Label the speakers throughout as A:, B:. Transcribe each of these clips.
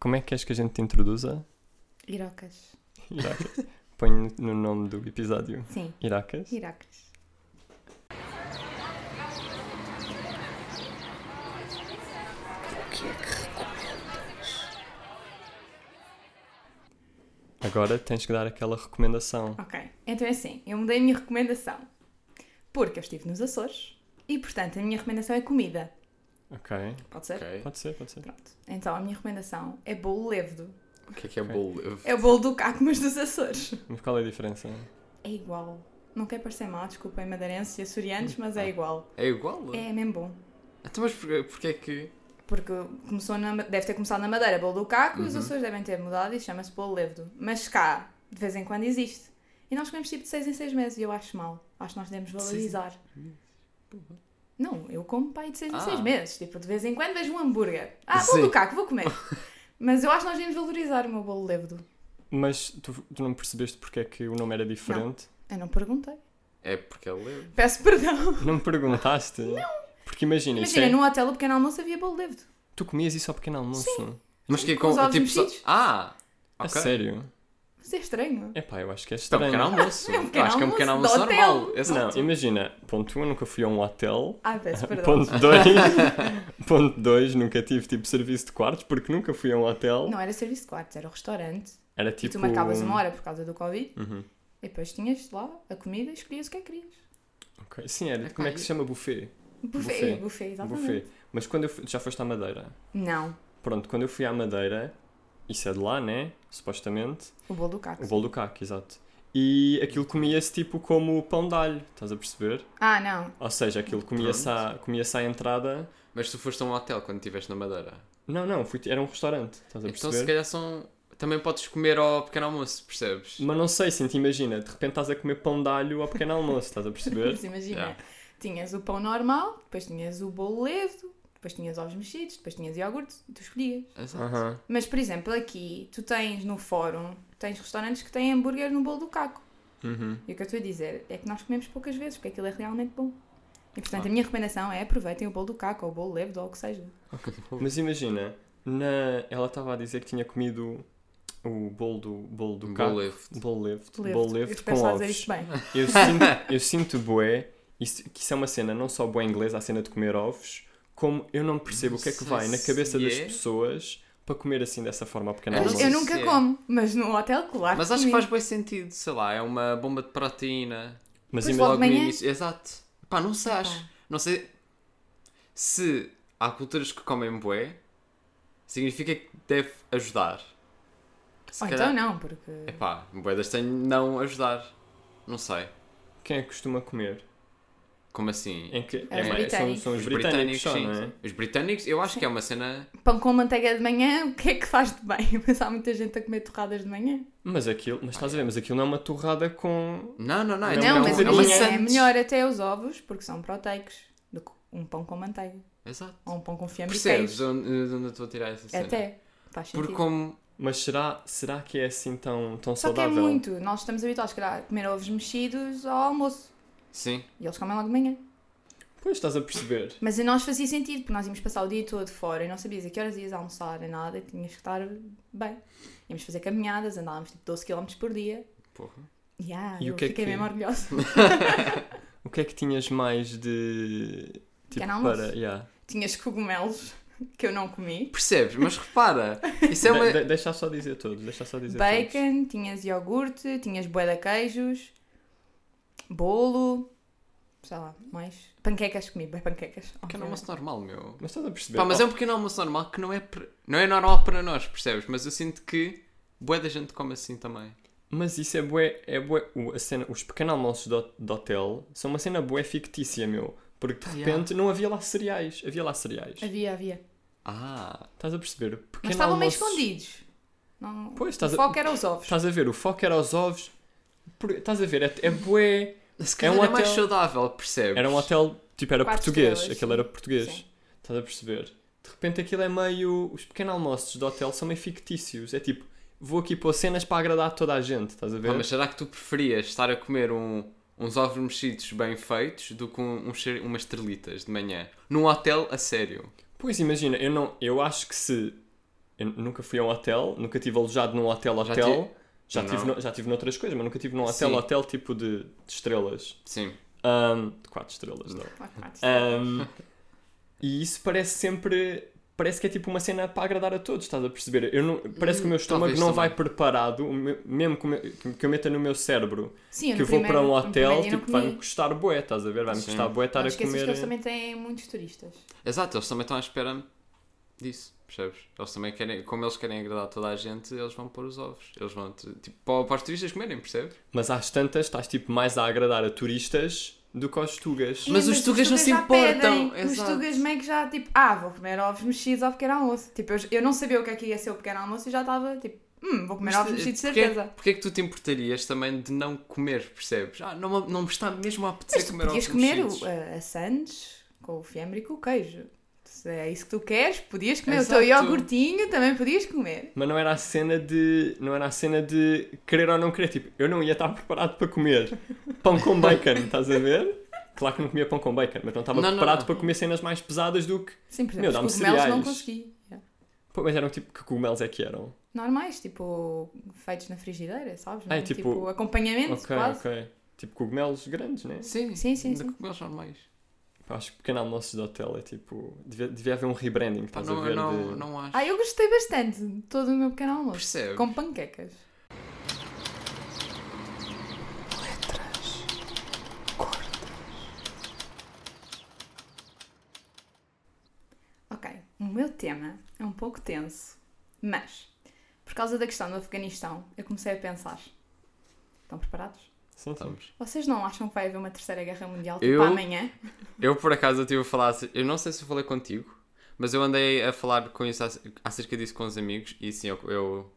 A: Como é que queres que a gente te introduza?
B: Irocas.
A: Iracas. Ponho no nome do episódio
B: Sim,
A: Iracas.
B: Irocas. é
A: Agora tens que dar aquela recomendação.
B: Ok, então é assim, eu mudei a minha recomendação. Porque eu estive nos Açores e, portanto, a minha recomendação é comida.
A: Ok.
B: Pode ser?
C: Ok.
A: Pode ser, pode ser.
B: Pronto. Então a minha recomendação é bolo levedo.
C: O que é que é
A: Ok.
C: bolo?
B: É o bolo do caco, mas dos Açores.
A: Mas qual é a diferença?
B: É igual. Não quer parecer mal, desculpem madeirenses e açorianos, mas é igual.
C: É igual?
B: É mesmo bom.
C: Então, mas porquê, porquê é que.
B: Porque começou na, deve ter começado na Madeira bolo do caco e os
C: Uhum.
B: Açores devem ter mudado e chama-se bolo levedo. Mas cá, de vez em quando existe. E nós comemos tipo de 6 em 6 meses e eu acho mal. Acho que nós devemos valorizar. Não, eu como pai de 6 em
C: Ah.
B: 6 meses. Tipo, de vez em quando vejo um hambúrguer. Ah,
C: Sim.
B: bolo do caco, vou comer. Mas eu acho que nós devemos valorizar o meu bolo levedo.
A: Mas tu, tu não percebeste porque é que o nome era diferente?
B: Eu não perguntei.
C: É porque é leve.
B: Peço perdão.
A: Não, me perguntaste? Não. Porque imagina, isso
B: Imagina,
A: é-
B: num hotel o pequeno almoço havia bolo levedo.
A: tu comias isso ao pequeno almoço?
C: Mas que é
B: Com
C: com.
B: os ovos
C: tipo, só-
B: mexidos?
C: Ah!
A: A
C: Ok.
A: sério?
B: Mas é estranho.
A: Epá, eu acho que é
C: Isto é um
A: estranho.
C: pequeno almoço.
B: É um pequeno
C: Eu acho que é um pequeno
B: almoço
C: almoço
B: de hotel.
C: normal. Exato.
A: Não, imagina, ponto 1, um, nunca fui a um hotel.
B: Ai, Ah, peço perdão.
A: Ponto 2, ponto dois, nunca tive tipo serviço de quartos porque nunca fui a um hotel.
B: Não era serviço de quartos, era o restaurante.
A: Era
B: E
A: tipo.
B: tu marcavas uma hora por causa do Covid.
A: Uhum.
B: E depois tinhas lá a comida e escolhias o que é que querias.
A: Ok, Sim, era.
C: Epá,
A: Como é que
C: eu-
A: se chama buffet?
B: Buffet, buffet, exatamente.
A: Buffet. Mas quando eu fui, já foste à Madeira?
B: Não,
A: Pronto, quando eu fui à Madeira, isso é de lá, né? Supostamente.
B: o bolo do caco.
A: O bolo do caco, exato. E aquilo comia-se tipo como pão de alho, estás a perceber?
B: Ah, não.
A: Ou seja, aquilo comia-se à, comia à entrada.
C: Mas tu foste a um hotel quando estiveste na Madeira.
A: Não, não, fui- era um restaurante, estás a
C: Então, se
A: perceber?
C: calhar são. Também podes comer ao pequeno almoço, percebes?
A: Mas não sei, sim, te imagina, de repente estás a comer pão de alho ao pequeno almoço, estás a perceber?
B: Mas imagina,
C: Yeah.
B: tinhas o pão normal, depois tinhas o bolo levedo, depois tinhas ovos mexidos, depois tinhas iogurte e tu escolhias.
C: Exato.
A: Aham.
B: Mas, por exemplo, aqui, tu tens no fórum, tens restaurantes que têm hambúrguer no bolo do caco.
A: Uhum.
B: E o que eu estou a dizer é que nós comemos poucas vezes, porque aquilo é realmente bom. E
A: Ah.
B: portanto, a minha recomendação é aproveitem o bolo do caco, ou o bolo leve, ou o que seja.
A: Mas imagina, na... ela estava a dizer que tinha comido o bolo do, bolo do
C: Bolo
A: caco.
C: leve.
A: Bolo leve.
B: Leve.
A: Bolo
B: Eu
A: leve com
B: pensava a dizer isto
A: ovos.
B: bem.
A: Eu sinto, eu sinto bué, isso, que isso é uma cena não só boa inglesa, a cena de comer ovos, como eu não percebo
C: Não
A: o que é que
C: sei
A: vai na cabeça
C: se
A: das
C: é.
A: pessoas para comer assim dessa forma ao pequeno
C: Eu não
B: Mas
A: almoço.
B: eu
C: sei
B: nunca
C: se é.
B: como, mas no hotel, claro.
C: Mas acho que
B: comi.
C: faz bem sentido, sei lá, é uma bomba de proteína.
A: Mas
B: Pois
A: ima-
B: logo
C: Logo no
B: manhã?
C: início. Exato. Pá, não sei,
B: Epá.
C: acho. Não sei se há culturas que comem bué, significa que deve ajudar. Se
B: Ou
C: calhar- É
B: então não, porque.
C: Epá, boedas tem não ajudar. Não sei.
A: quem é que costuma comer?
C: Como assim?
A: Em que,
B: É
A: mais,
B: os
A: são,
B: britânicos.
A: são Então, os, britânicos, só, não é?
C: sim. Os britânicos, eu acho que é uma cena.
B: Pão com manteiga de manhã, o que é que faz de bem? Mas há muita gente a comer torradas de manhã.
A: Mas aquilo, mas estás a ver, mas aquilo não é uma torrada com.
C: Não, não, não. é
A: Não,
C: tipo- é
B: Não,
C: um-
B: mas
C: é
B: a
C: uma
B: minha é
C: sandes.
B: melhor até os ovos, porque são proteicos, do que um pão com manteiga.
C: Exato.
B: Ou um pão com fiambre e
C: Percebes de
B: queijo.
C: onde, de onde eu estou a tirar essa cena?
B: É Até. é Faz sentido.
C: Porque um como.
A: Mas será, será que é assim tão, tão
B: Só que é
A: saudável?
B: muito. Nós estamos habituados se calhar, a comer ovos mexidos ao almoço.
C: Sim.
B: E eles comem logo de manhã.
A: Pois estás a perceber.
B: Mas a nós fazia sentido, porque nós íamos passar o dia todo fora e não sabias a que horas ias almoçar nem nada, e tinhas que estar bem. Íamos fazer caminhadas, andávamos tipo 12 km por dia.
C: Porra.
B: Yeah,
A: E o
B: eu
A: que é
B: fiquei
A: que-
B: mesmo orgulhosa.
A: O que é que tinhas mais de. Tipo,
B: Pequeno almoço.
A: para. Yeah.
B: tinhas cogumelos que eu não comi,
C: Percebes? Mas repara, isso é uma.
A: De- de- deixa só dizer todos, deixa só dizer todos.
B: bacon, tinhas iogurte, tinhas bué de queijos, bolo, sei lá, mais. Panquecas comi, bem panquecas. obviamente.
C: Pequeno é um almoço normal, meu.
A: Mas estás a perceber?
C: Pá, mas é um pequeno almoço normal que não é, pre- não é normal para nós, percebes? Mas eu sinto que bué da gente come assim também.
A: Mas isso é bué, é bué, o- a cena, os pequenos almoços do, do hotel são uma cena bué fictícia, meu. Porque de
C: Ah,
A: repente
C: yeah.
A: não havia lá cereais, havia lá cereais.
B: Havia, havia.
C: Ah,
A: Estás a perceber?
B: Mas
A: Pequeno
B: estavam meio
A: almoço-
B: escondidos. Não...
A: Pois,
B: O
A: estás a, Tá.
B: foco era os ovos.
A: estás a ver, o foco era os ovos. Por- Estás a ver, é, é bué...
C: se
A: É um
C: calhar é, mais
A: hotel-
C: saudável, percebes?
A: Era um hotel, tipo, era
B: Quatro
A: português,
B: estrelas,
A: aquilo
B: sim.
A: era português.
B: Sim.
A: Estás a perceber? De repente aquilo é meio... Os pequenos almoços do hotel são meio fictícios. É tipo, vou aqui pôr cenas para agradar toda a gente, estás a ver?
C: Pá, Ah, mas será que tu preferias estar a comer um- uns ovos mexidos bem feitos do que um, um cheiro- umas estrelitas de manhã? Num hotel a sério?
A: Pois imagina, eu não, eu acho que se Eu nunca fui a um hotel, nunca tive alojado num hotel
C: Já
A: hotel. Já,
C: Não.
A: tive, no- já tive noutras coisas, mas nunca tive num hotel
C: Sim.
A: hotel tipo de, de estrelas.
C: Sim.
A: Ahm, de 4 estrelas, não.
B: Ah, pá, isto-
A: Ahm, e isso parece sempre. Parece que é tipo uma cena para agradar a todos, estás a perceber? Eu não- parece que o meu
C: Hum,
A: estômago
C: talvez
A: não
C: também.
A: vai preparado, o meu- mesmo que, o meu- que eu meta no meu cérebro que
B: Sim,
A: eu
B: no
A: vou
B: primeiro-
A: para um
B: no
A: hotel,
B: primeiro dia não
A: tipo, vai-me
B: comi.
A: custar bué, estás a ver? Vai-me
C: Sim.
A: custar bué estar
B: Não
A: a
B: te esqueças
A: comer.
B: que eles também têm muitos turistas.
C: Exato, eles também estão à espera disso, percebes? Eles também querem, como eles querem agradar toda a gente, eles vão pôr os ovos. Eles vão, te- tipo, para, para os turistas comerem, percebes?
A: Mas às tantas estás tipo mais a agradar a turistas do que aos tugas.
C: Sim. Mas os tugas não se
B: já
C: importam,
B: pedem. Os
C: exato.
B: tugas meio que já, tipo, ah, vou comer ovos mexidos ao pequeno almoço. Tipo, eu, eu não sabia o que é que ia ser o pequeno almoço e já estava, tipo, hum, vou comer ovos mexidos, de
C: porquê-
B: certeza.
C: Porquê é que tu te importarias também de não comer, percebes? Ah, não, me- não me está mesmo a
B: Mas
C: apetecer
B: tu
C: comer ovos
B: podias comer
C: mexidos.
B: o- eh, a, a sandes com o fiambre e com o queijo. Se é isso que tu queres, podias comer o teu
C: Exato.
B: iogurtinho, também podias comer.
A: Mas não era a cena de. Não era a cena de querer ou não querer. Tipo, eu não ia estar preparado para comer pão com bacon, estás a ver? Claro que não comia pão com bacon, mas não estava
C: Não, não,
A: preparado
C: não.
A: para comer cenas mais pesadas do que.
B: Sim, por
A: Meu,
B: exemplo,
A: dá-me
B: os cogumelos não
A: cereais.
B: consegui. Yeah.
A: Pô, mas eram tipo. Que cogumelos é que eram?
B: Normais, tipo, feitos na frigideira, sabes?
A: Ah,
B: Não? é?
A: tipo-
B: acompanhamento,
A: Ok,
B: quase.
A: ok. Tipo cogumelos grandes, né?
C: Sim,
B: Sim, sim,
C: ainda
B: sim.
C: cogumelos normais.
A: Pá, Acho que pequeno almoço de hotel é tipo. Devia, devia haver um rebranding,
C: Pá,
A: estás a
C: não,
A: ver?
C: não,
A: de-
C: não acho.
B: Ah, eu gostei bastante de todo o meu pequeno almoço.
C: Percebes?
B: Com panquecas. Ok, o meu tema é um pouco tenso, mas por causa da questão do Afeganistão, eu comecei a pensar. Estão preparados?
A: Sim, sim.
C: Estamos.
B: Vocês não acham que vai haver uma terceira guerra mundial tipo
C: Eu?
B: amanhã?
C: Eu por acaso eu tive a falar, acer- eu não sei se eu falei contigo, mas eu andei a falar com isso ac- acerca disso com os amigos e sim, eu, eu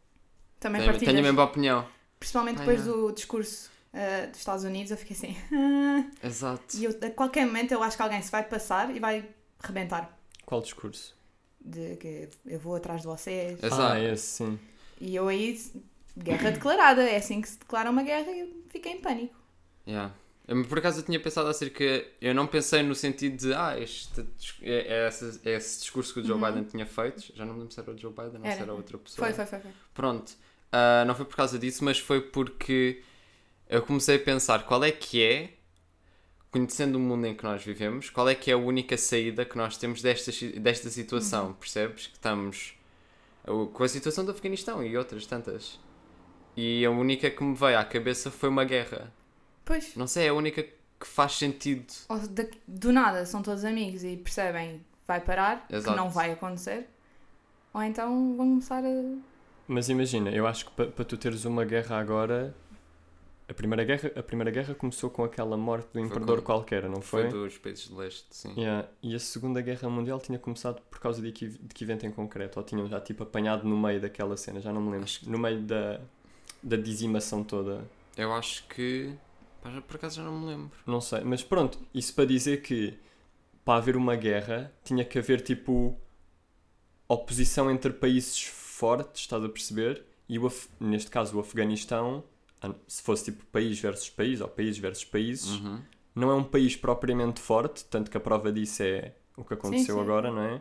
B: Também
C: tenho,
B: partilhas?
C: tenho a mesma opinião.
B: Principalmente
C: Ah,
B: depois
C: é.
B: do discurso ah, dos Estados Unidos, eu fiquei assim. "Ah",
C: Exato.
B: e eu, a qualquer momento eu acho que alguém se vai passar e vai rebentar.
A: Qual discurso?
B: De que eu vou atrás de vocês.
C: Exato.
A: Ah, esse, sim.
B: E eu aí, guerra declarada. É assim que se declara uma guerra e eu fiquei em pânico.
C: Yeah. Eu, Por acaso eu tinha pensado acerca. Eu não pensei no sentido de. Ah, este, dis- é, é esse, é esse discurso que o Joe Biden tinha feito. Já não me lembro se era o Joe Biden ou se
B: Uhum. Era.
C: era outra pessoa.
B: Foi, foi, foi. foi.
C: Pronto. Ah, não foi por causa disso, mas foi porque eu comecei a pensar qual é que é, conhecendo o mundo em que nós vivemos, qual é que é a única saída que nós temos desta, si- desta
B: Uhum.
C: situação, percebes? Que estamos o- com a situação do Afeganistão e outras tantas. E a única que me veio à cabeça foi uma guerra.
B: Pois.
C: Não sei, é a única que faz sentido.
B: Ou da- do nada são todos amigos e percebem que vai parar,
C: Exato.
B: que não vai acontecer. Ou então vão começar a.
A: Mas imagina, eu acho que para tu teres uma guerra agora. A primeira guerra, a primeira guerra começou com aquela morte do imperador
C: com-
A: qualquer, não foi?
C: Foi, dos países de leste, sim.
A: Yeah. E a Segunda Guerra Mundial tinha começado por causa de que, de que evento em concreto? Ou tinham já tipo apanhado no meio daquela cena? Já não me lembro.
C: Acho
A: No meio da, da dizimação toda.
C: Eu acho que. pá, já- Por acaso já não me lembro.
A: Não sei. Mas pronto, isso para dizer que para haver uma guerra tinha que haver tipo oposição entre países fortes, estás a perceber? E o Af- neste caso o Afeganistão, ah, se fosse tipo país versus país ou países versus países,
C: Uhum.
A: não é um país propriamente forte, tanto que a prova disso é o que aconteceu
B: sim.
A: agora, não é?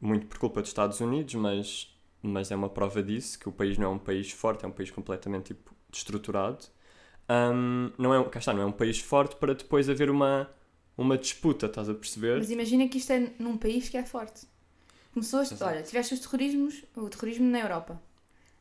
A: Muito por culpa dos Estados Unidos, mas, mas é uma prova disso, que o país não é um país forte, é um país completamente tipo, destruturado. Ahm, não é, um- cá está, não é um país forte para depois haver uma, uma disputa, estás a perceber?
B: Mas imagina que isto é num país que é forte. Começou a...
C: Exato.
B: Olha, tiveste os terrorismos, o terrorismo na Europa.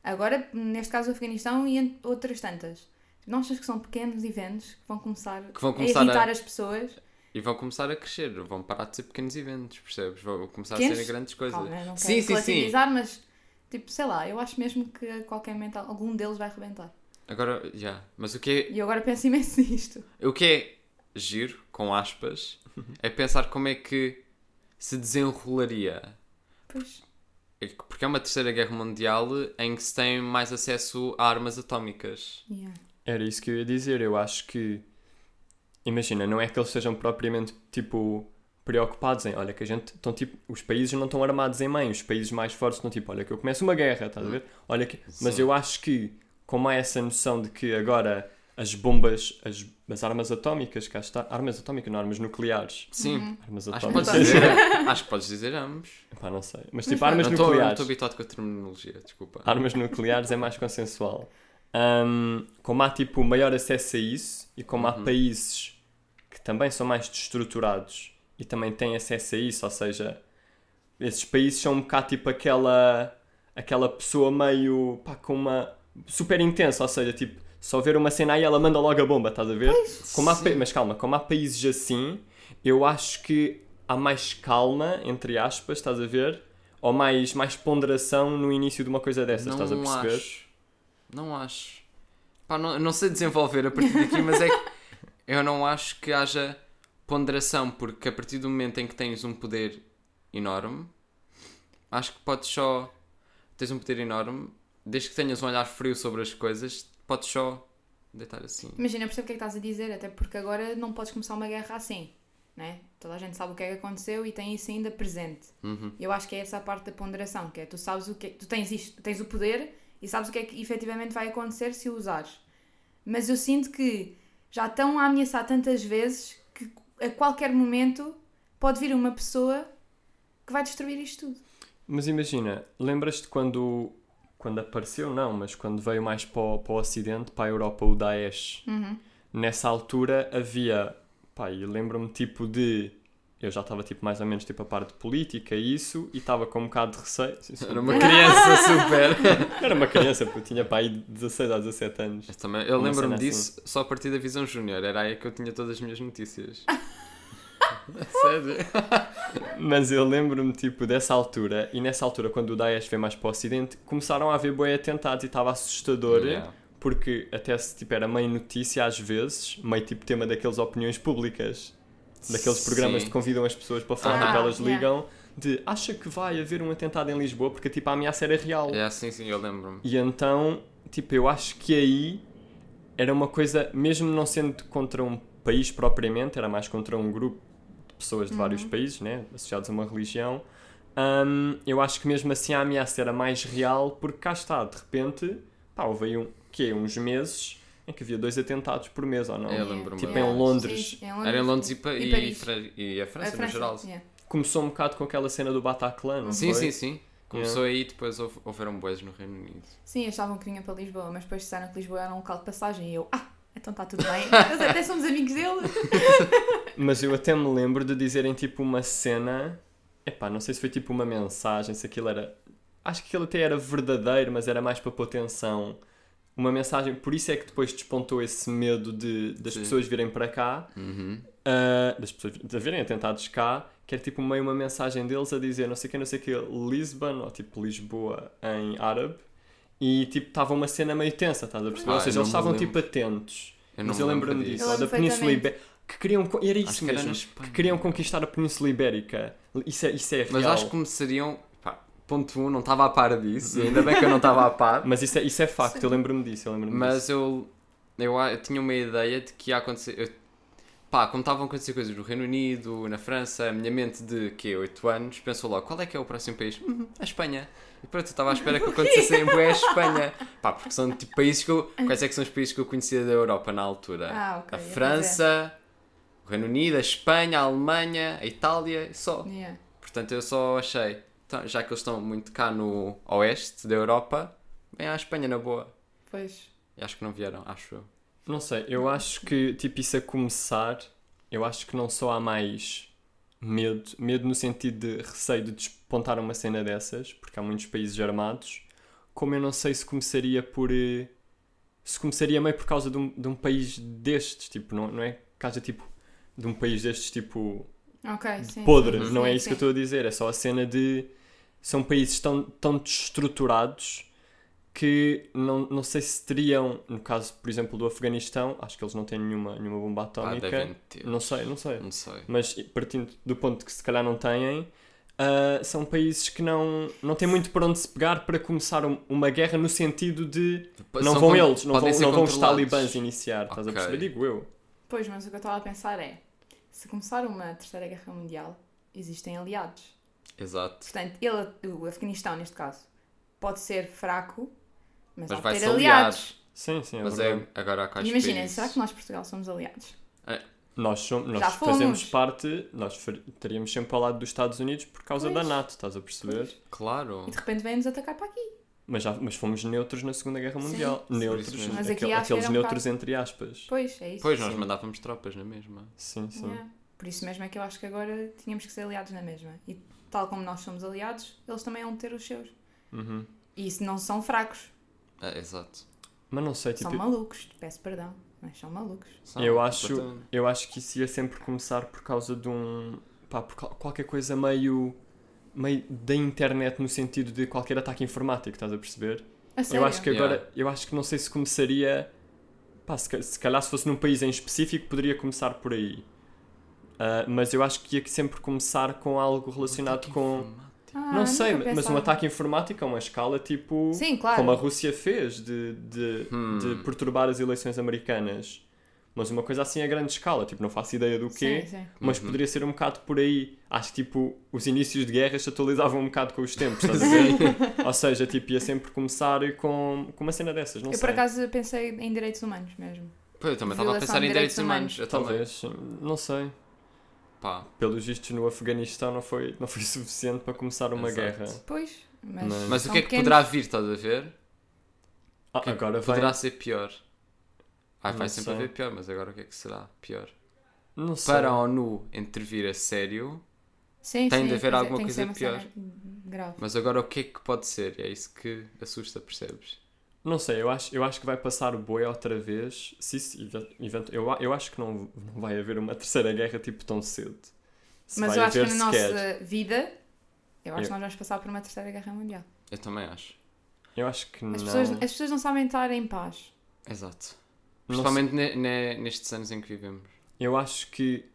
B: Agora, neste caso, o Afeganistão e ent- outras tantas. Não achas que são pequenos eventos que vão começar,
C: Que vão começar a-
B: a irritar as pessoas?
C: E vão começar a crescer, vão parar de ser pequenos eventos, percebes? Vão começar a
B: Pequenos?
C: ser grandes coisas.
B: Calma, eu não
C: é. Sim,
B: quero
C: sim, sim.
B: relativizar, mas tipo, sei lá, eu acho mesmo que a qualquer momento algum deles vai arrebentar.
C: Agora, já. Mas o que,
B: E eu agora penso imenso nisto.
C: é, o que é giro, com aspas, é pensar como é que se desenrolaria.
B: Pois,
C: É que- Porque é uma terceira guerra mundial em que se tem mais acesso a armas atómicas.
B: yeah.
A: Era isso que eu ia dizer. Eu acho que. Imagina, não é que eles sejam propriamente tipo preocupados em, olha que a gente estão tipo, os países não estão armados em mãe, os países mais fortes estão tipo, olha que eu começo uma guerra, estás a ver? Olha que, mas
C: Sim.
A: eu acho que como há essa noção de que agora a as bombas, as, as armas atómicas, cá está. Armas atómicas, não armas nucleares.
C: Sim.
B: Uhum.
A: Armas
C: Acho que, podes
A: atómicas.
C: dizer, acho que podes dizer ambos.
A: Epá, não sei. Mas
B: Mas
A: tipo,
B: vá.
A: armas
C: não estou
A: nucleares.
C: habituado com a terminologia, desculpa.
A: Armas nucleares é mais consensual. Ahm, como há tipo maior acesso a isso e como há
C: Uhum.
A: países que também são mais destruturados e também têm acesso a isso, ou seja, esses países são um bocado tipo aquela aquela pessoa meio pá, com uma super intensa, ou seja, tipo, só ver uma cena aí ela manda logo a bomba, estás a ver? Como há, pa-
C: Sim.
A: mas calma, como há países assim, eu acho que há mais calma, entre aspas, estás a ver? Ou mais, mais ponderação no início de uma coisa dessas, estás a perceber?
C: acho. Não acho. Pá, não, não sei desenvolver a partir daqui, mas é que eu não acho que haja ponderação, porque a partir do momento em que tens um poder enorme, acho que podes só. Tens um poder enorme, desde que tenhas um olhar frio sobre as coisas, podes só deitar assim.
B: Imagina, eu percebo o que é que estás a dizer, até porque agora não podes começar uma guerra assim, né? Toda a gente sabe o que é que aconteceu e tem isso ainda presente.
C: Uhum.
B: Eu acho que é essa a parte da ponderação, que é tu sabes o que é, tu tens isto, tens o poder e sabes o que é que efetivamente vai acontecer se o usares. Mas eu sinto que já estão a ameaçar tantas vezes que a qualquer momento pode vir uma pessoa que vai destruir isto tudo.
A: Mas imagina, lembras-te quando, quando apareceu, não, mas quando veio mais para o, para o Ocidente, para a Europa, o Daesh? Nessa altura havia, pá, e lembro-me tipo de. Eu já estava tipo mais ou menos tipo a parte política e isso, e estava com um bocado de receio. Sim, sim.
C: Era um uma criança super.
A: Era uma criança, porque eu tinha pá aí 16 a 17 anos.
C: Eu, também- eu
A: Uma cena
C: lembro-me disso
B: assim.
C: só a partir da Visão Júnior, era aí que eu tinha todas as minhas notícias. Sério?
A: Mas eu lembro-me, tipo, dessa altura, e nessa altura, quando o Daesh veio mais para o Ocidente, começaram a haver boi atentados e estava assustador,
C: Yeah.
A: porque até se, tipo, era meio notícia às vezes, meio, tipo, tema daqueles opiniões públicas, daqueles programas
C: Sim.
A: que convidam as pessoas para falar,
B: Ah,
A: tipo, elas
B: yeah.
A: ligam, de, acha que vai haver um atentado em Lisboa, porque, tipo, a ameaça era real.
C: É, sim, sim, eu lembro-me.
A: E então, tipo, eu acho que aí era uma coisa, mesmo não sendo contra um país propriamente, era mais contra um grupo de pessoas de
C: Uhum.
A: vários países, né? Associados a uma religião. Hum, eu acho que mesmo assim a ameaça era mais real, porque cá está, de repente, pá, houve aí um, quê? uns meses em que havia dois atentados por mês, ou não?
C: Eu lembro-me.
A: Tipo, em Londres.
B: Sim,
C: Era em Londres e, pa
B: E
C: e,
B: Paris.
C: Fra- e a
B: A
C: França, no
B: França,
C: geral.
B: yeah.
A: Começou um bocado com aquela cena do Bataclan, não
C: Sim,
A: foi?
C: sim, sim. Começou aí e depois houve- houveram boas no Reino Unido.
B: Sim, achavam que vinha para Lisboa, mas depois disseram que Lisboa era um local de passagem e eu, ah, então está tudo bem. Nós até somos amigos dele.
A: Mas eu até me lembro de dizerem tipo uma cena. Epá, não sei se foi tipo uma mensagem, se aquilo era. Acho que aquilo até era verdadeiro, mas era mais para pôr tensão. Uma mensagem, por isso é que depois despontou esse medo de, das
C: Sim.
A: pessoas virem para cá,
C: Uhum.
A: ah, das pessoas vi- de virem atentados cá, que era tipo meio uma mensagem deles a dizer não sei o que, não sei o que, Lisbon, ou tipo Lisboa em árabe, e tipo estava uma cena meio tensa, estás a perceber?
C: Ah,
A: ou
C: eu
A: seja,
C: não
A: eles
C: me
A: estavam
C: lembro.
A: tipo atentos.
C: Eu não
A: Mas eu
C: me lembro
A: lembro-me disso,
B: Eu
A: ou da
B: lembro
A: Península
B: perfeitamente.
A: Ibérica. Que queriam. co- Era isso
C: Acho que era
A: mesmo.
C: na
A: que
C: Espanha.
A: queriam conquistar a Península Ibérica. Isso é, isso é real.
C: Mas acho que começariam. Pá, ponto 1, um, não estava a par disso. e Ainda bem que eu não estava a par.
A: Mas isso é, isso é facto, eu lembro-me disso. Eu lembro-me disso.
C: Mas eu, eu, a- eu tinha uma ideia de que ia acontecer. Eu, pá, como estavam a acontecer coisas no Reino Unido, na França, a minha mente de que 8 anos pensou logo: qual é que é o próximo país? Hum, a Espanha. E pronto, eu estava à espera que acontecesse em Boé, a Espanha. Pá, porque são tipo países que eu. Quais é que são os países que eu conhecia da Europa na altura?
B: Ah, ok,
C: A
B: eu
C: França, o Reino Unido, a Espanha, a Alemanha, a Itália, e só.
B: Yeah.
C: Portanto, eu só achei, então, já que eles estão muito cá no oeste da Europa, vem à Espanha na boa.
B: Pois.
C: E acho que não vieram, acho eu.
A: Não sei, eu acho que, tipo, isso a começar, eu acho que não só há mais medo, medo no sentido de receio de despontar uma cena dessas, porque há muitos países armados, como eu não sei se começaria por. eh, Se começaria meio por causa de um, de um país destes, tipo, não, não é casa, tipo, de um país destes, tipo,
B: Ok, sim.
A: podre,
B: Assim, sim,
A: não é
B: sim,
A: isso que eu
B: sim.
A: estou a dizer, é só a cena de são países tão, tão destruturados que não, não sei se teriam, no caso, por exemplo, do Afeganistão, acho que eles não têm nenhuma, nenhuma bomba
C: Ah, devem
A: atómica.
C: ter.
A: não sei, não sei.
C: Não sei.
A: Mas partindo do ponto que se calhar não têm, ah, são países que não, não têm muito para onde se pegar para começar um- uma guerra no sentido de não
C: São
A: vão
C: con-
A: eles, não vão,
C: podem ser
A: não vão os
C: controlados.
A: talibãs iniciar, estás a
C: Ok.
A: perceber? Digo eu.
B: Pois, mas o que eu estava a pensar é: se começar uma terceira guerra mundial, existem aliados.
C: Exato.
B: Portanto, ele, o Afeganistão, neste caso, pode ser fraco, mas,
C: Mas
B: há de
C: vai
B: ter
C: ser
B: aliados.
A: Sim, sim, é
C: Mas
A: verdade.
C: é agora a caixa
B: Imaginem, será que nós, Portugal, somos aliados?
A: Nós, somos,
B: Já
A: nós
B: fomos.
A: fazemos parte, nós far- estaríamos sempre ao lado dos Estados Unidos por causa da
B: Pois.
A: NATO, estás a perceber?
C: Claro.
B: E de repente vêm-nos atacar para aqui.
A: Mas, já, mas fomos neutros na Segunda Guerra
B: Sim.
A: Mundial.
C: Sim,
A: Neutros,
C: por isso mesmo.
B: Mas aqui
A: aquele-
B: acho que
A: aqueles
B: era um
A: neutros entre aspas.
B: Pois, é isso.
C: Pois, nós
A: Sim.
C: mandávamos tropas na mesma.
A: Sim, sim.
B: Yeah. Por isso mesmo é que eu acho que agora tínhamos que ser aliados na mesma. E tal como nós somos aliados, eles também vão ter os seus.
A: Uhum.
B: E isso não são fracos,
C: Ah, exato.
A: Mas não sei,
B: são
A: tipo,
B: malucos. Peço perdão, mas são malucos.
C: Sabe,
A: Eu acho-
C: completamente.
A: eu acho que isso ia sempre começar por causa de um. pá, por qual- qualquer coisa meio. meio da internet no sentido de qualquer ataque informático, estás a perceber?
B: A sério.
A: Eu acho que
C: Yeah.
A: agora. Eu acho que não sei se começaria. Pá, se, ca- se calhar se fosse num país em específico poderia começar por aí. Ah, mas eu acho que ia sempre começar com algo relacionado
C: Ataque
A: com.
C: informático.
B: Ah,
A: Não sei,
B: nunca
A: mas um
B: pensava.
A: ataque informático a uma escala tipo.
B: Sim, claro.
A: Como a Rússia fez de, de,
C: Hum.
A: de perturbar as eleições americanas. Mas uma coisa assim a grande escala, tipo, não faço ideia do quê,
B: Sim, sim.
A: mas
C: Uhum.
A: poderia ser um bocado por aí. Acho que tipo, os inícios de guerras se atualizavam um bocado com os tempos, estás a ver? Ou seja, tipo, ia sempre começar com, com uma cena dessas, não
B: Eu
A: sei.
B: por acaso pensei em direitos humanos mesmo.
C: Pô, eu também estava a
B: Violação
C: pensar
B: de
C: em direitos
B: direitos
C: humanos.
B: humanos.
C: Eu também.
A: Talvez, não sei.
C: Pá,
A: Pelos vistos no Afeganistão não foi, não foi suficiente para começar uma
C: Exato.
A: guerra.
B: Pois, mas.
A: Mas-
C: Mas o
B: são
C: que é que
B: pequenos.
C: poderá vir, estás a ver?
A: Ah,
C: Que
A: agora vai.
C: poderá ser pior. Ai, vai
A: Não
C: sempre
A: sei.
C: haver pior, mas agora o que é que será pior?
A: Não sei.
C: Para um- a ONU intervir a sério,
B: Sim,
C: Tem
B: sim,
C: de haver
B: pois é,
C: alguma
B: tem que ser
C: coisa
B: uma cena Grave.
C: mas agora o que é que pode ser? E é isso que assusta, percebes?
A: Não sei, eu acho, eu acho que vai passar o boi outra vez. Se isso event- event- eu, a- eu acho que não, não vai haver uma terceira guerra tipo tão cedo. Se
B: Mas
A: vai
B: eu acho que
A: haver
B: na
A: sequer.
B: nossa vida, eu acho
A: Eu-
B: que nós vamos passar por uma terceira guerra mundial.
C: Eu também acho.
A: Eu acho que
B: As
A: não.
B: pessoas, as pessoas não sabem estar em paz.
C: Exato.
A: não sei.
C: Principalmente ne- ne- nestes anos em que vivemos.
A: Eu acho que,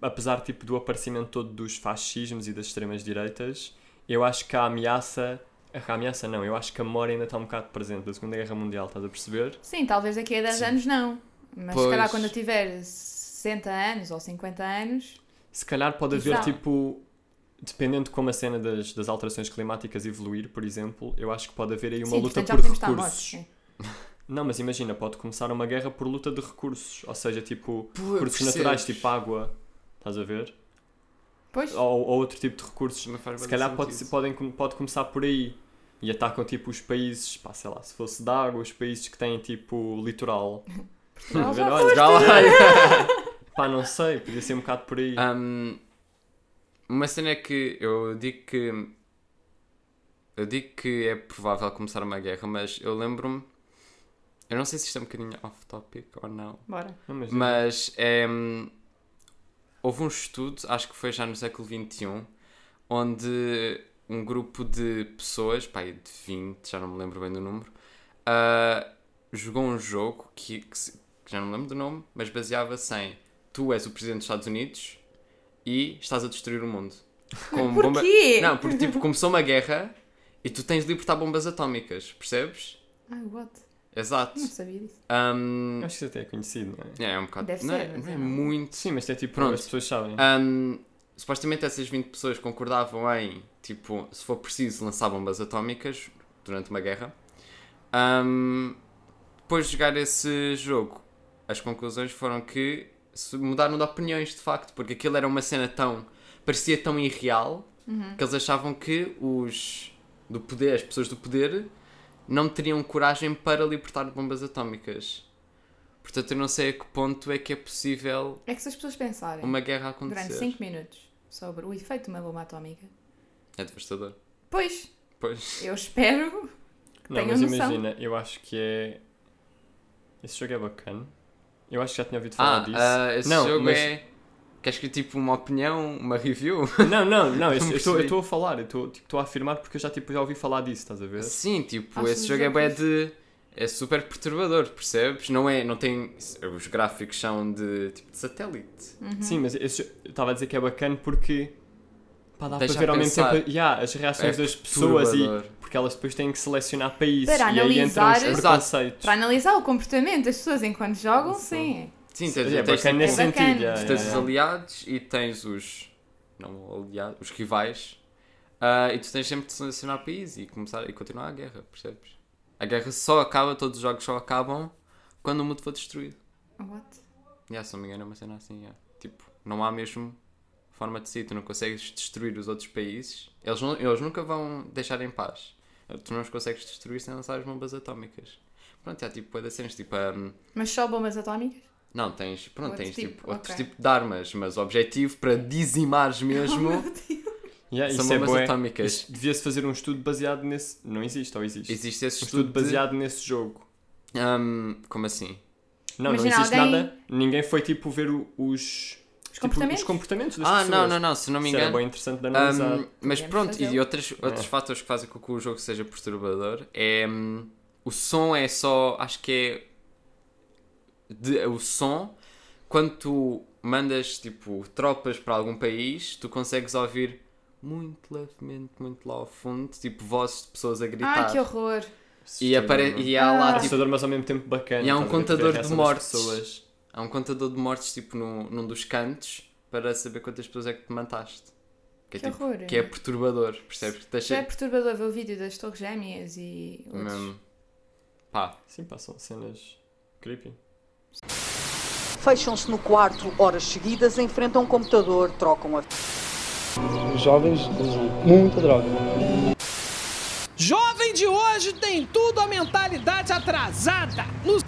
A: apesar tipo, do aparecimento todo dos fascismos e das extremas-direitas, eu acho que a ameaça. A ameaça não, eu acho que a memória ainda está um bocado presente da Segunda Guerra Mundial, estás a perceber?
B: Sim, talvez daqui a 10
C: Sim.
B: anos não. Mas
C: Pois.
B: se calhar quando eu tiver 60 anos ou 50 anos,
A: Se calhar pode haver
B: Exato.
A: tipo. Dependendo de como a cena das, das alterações climáticas evoluir, por exemplo, eu acho que pode haver aí uma
B: sim,
A: luta
B: portanto
A: por
B: já podemos
A: recursos.
B: estar mortos. sim.
A: Não, mas imagina, pode começar uma guerra por luta de recursos, ou seja, tipo,
C: Pô,
A: recursos naturais, tipo água, estás a ver?
B: Pois,
A: Ou, ou outro tipo de recursos.
C: Também faz
A: Se
C: bastante
A: calhar pode,
C: sentido.
A: podem, com- pode começar por aí e atacam tipo os países, pá, sei lá, se fosse de água, os países que têm tipo litoral. Estás a
B: Portugal
A: ver?
B: já
A: Olha,
B: foi.
A: já lá- Pá, não sei, podia ser um bocado por aí.
C: Hum, uma cena é que eu digo que eu digo que é provável começar uma guerra, mas eu lembro-me. Eu não sei se isto é um bocadinho off-topic ou não,
B: Bora.
A: Não, mas,
C: mas é, hum, houve um estudo, acho que foi já no século XXI, onde um grupo de pessoas, pá, aí de 20, já não me lembro bem do número, ah, jogou um jogo que, que se- que já não me lembro do nome, mas baseava-se em tu és o presidente dos Estados Unidos e estás a destruir o mundo. Com bomba-
B: Porquê?
C: Não, porque tipo, começou uma guerra e tu tens de libertar bombas atómicas, percebes?
B: Ai, what?
C: Exato.
B: Não sabia disso.
C: Hum,
A: acho que isso até é conhecido, não é?
C: é, é um bocado.
B: Deve
C: não é-
B: ser, mas
C: não é
B: é não.
C: muito.
A: Sim, mas é tipo,
C: Pronto. Ah,
A: as pessoas sabem.
C: Ahm, supostamente essas 20 pessoas concordavam em, tipo, se for preciso lançar bombas atómicas durante uma guerra. Ahm, depois de jogar esse jogo, as conclusões foram que se mudaram de opiniões de facto, porque aquilo era uma cena tão. parecia tão irreal que eles achavam que os do poder, as pessoas do poder, não teriam coragem para libertar bombas atómicas. Portanto, eu não sei a que ponto é que é possível
B: É que se as pessoas pensarem
C: uma guerra acontecer.
B: durante 5 minutos sobre o efeito de uma bomba atómica,
C: É devastador.
B: pois,
C: Pois.
B: eu espero que
A: Não,
B: tenham
A: mas
B: noção.
A: imagina, eu acho que é. Esse jogo é bacana. Eu acho que já tinha ouvido
C: Ah,
A: falar disso.
C: ah, esse
A: Não,
C: jogo
A: mas-
C: é. Queres que tipo uma opinião, uma review?
A: Não, não, não, esse-
C: Não
A: eu estou- eu
C: percebi.
A: estou a falar, eu estou tipo, estou a afirmar porque eu já, tipo, já ouvi falar disso, estás a ver?
C: Sim, tipo,
B: Acho
C: esse
B: um
C: jogo é
B: jogo
C: bué de. É super perturbador, percebes? Não é. Não tem. Os gráficos são de tipo de satélite.
B: Uhum.
A: Sim, mas esse jo- eu estava a dizer que é bacana porque pá, dá
C: Deixa
A: para ver
C: a
A: ao mesmo
C: pensar.
A: tempo yeah, as reações das pessoas e
C: É Perturbador.
A: porque elas depois têm que selecionar países
B: Para
A: e aí entram os
B: analisar-
C: Exato.
A: preconceitos.
B: Para analisar o comportamento das pessoas enquanto jogam, sim.
C: Sim, tens,
A: É
C: tens,
A: bacana nesse
C: tipo,
B: É bacana.
A: sentido. yeah,
C: tens
A: yeah,
C: os
A: yeah.
C: aliados e tens os. Não aliados, os rivais. Ah, e tu tens sempre de selecionar país e, começar, e continuar a guerra, percebes? A guerra só acaba, todos os jogos só acabam quando o mundo for destruído.
B: What?
C: Yeah, se não me engano, é uma cena assim. yeah. Tipo, não há mesmo forma de sair. Tu não consegues destruir os outros países. Eles, não, eles nunca vão deixar em paz. Eh, Tu não os consegues destruir sem lançar as bombas atómicas. Pronto, há tipo, pode ser tipo. hum,
B: Mas só bombas atómicas?
C: não, tens, pronto,
B: Outro
C: tens
B: tipo,
C: tipo, outros
B: ok.
C: tipos de armas, mas o objetivo para dizimares
B: Oh,
C: mesmo
B: meu Deus.
A: Yeah,
C: são
A: isso é
C: bombas
A: bué.
C: atómicas.
A: Isso Devia-se fazer um estudo baseado nesse. Não existe, ou existe?
C: Existe esse
A: Um estudo
C: estudo de-
A: baseado nesse jogo.
C: Hum, como assim?
A: Não,
B: Imagina,
A: não existe
B: alguém-
A: nada. Ninguém foi tipo ver o- os.
B: Os
A: tipo,
B: comportamentos?
A: os comportamentos das
C: Ah,
A: pessoas.
C: não, não, não, se não me
A: Isso era
C: engano.
A: bem interessante de
C: Hum,
A: analisar.
C: mas
B: Podemos
C: pronto, e
B: fazê-lo.
C: outros, outros
A: É.
C: fatores que fazem com que o jogo seja perturbador é. hum, o som é só. Acho que é. de- o som, quando tu mandas tipo tropas para algum país, tu consegues ouvir muito levemente, muito lá ao fundo, tipo vozes de pessoas a gritar.
B: Ai, Ah, que horror.
C: e, apare... e há
B: Ah.
C: lá tipo,
A: assustador, mas ao mesmo tempo bacana.
C: E há um
A: estás a ver,
C: contador
A: ver a
C: de
A: reação das
C: mortes.
A: pessoas.
C: Há um contador de mortes, tipo, num, num dos cantos, para saber quantas pessoas é que te mataste. Que é,
B: Que
C: tipo,
B: horror.
C: que é perturbador, percebes? Que
B: Já é
C: deixa
B: perturbador ver o vídeo das Torres Gêmeas e outros.
C: mesmo. Pá,
A: Sim, passam cenas creepy.
D: Fecham-se no quarto horas seguidas, enfrentam um computador, trocam a
E: Os jovens usam muita droga.
F: Jovem de hoje tem tudo a mentalidade atrasada. No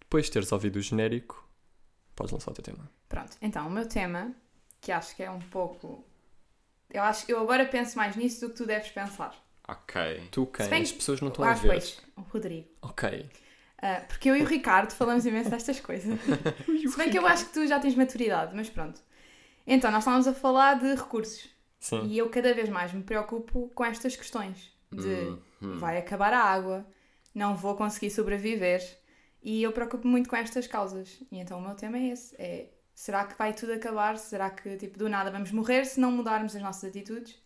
A: Depois de teres ouvido o genérico, podes lançar o teu tema.
B: Pronto, então o meu tema, que acho que é um pouco. Eu acho eu agora penso mais nisso do que tu deves pensar.
C: ok.
A: Tu quem?
B: Se bem
A: As
B: que-
A: pessoas não estão a
B: Ah,
A: ver.
B: pois, o Rodrigo.
A: Ok.
B: Ah, porque eu e o Ricardo falamos imenso destas coisas. Se bem que eu acho que tu já tens maturidade, mas pronto. Então, nós estávamos a falar de recursos.
C: Hum.
A: Sim.
B: E eu cada vez mais me preocupo com estas questões
C: Hum,
B: de vai acabar a água, não vou conseguir sobreviver. E eu preocupo muito com estas causas. E então o meu tema é esse, é será que vai tudo acabar? Será que tipo do nada vamos morrer se não mudarmos as nossas atitudes?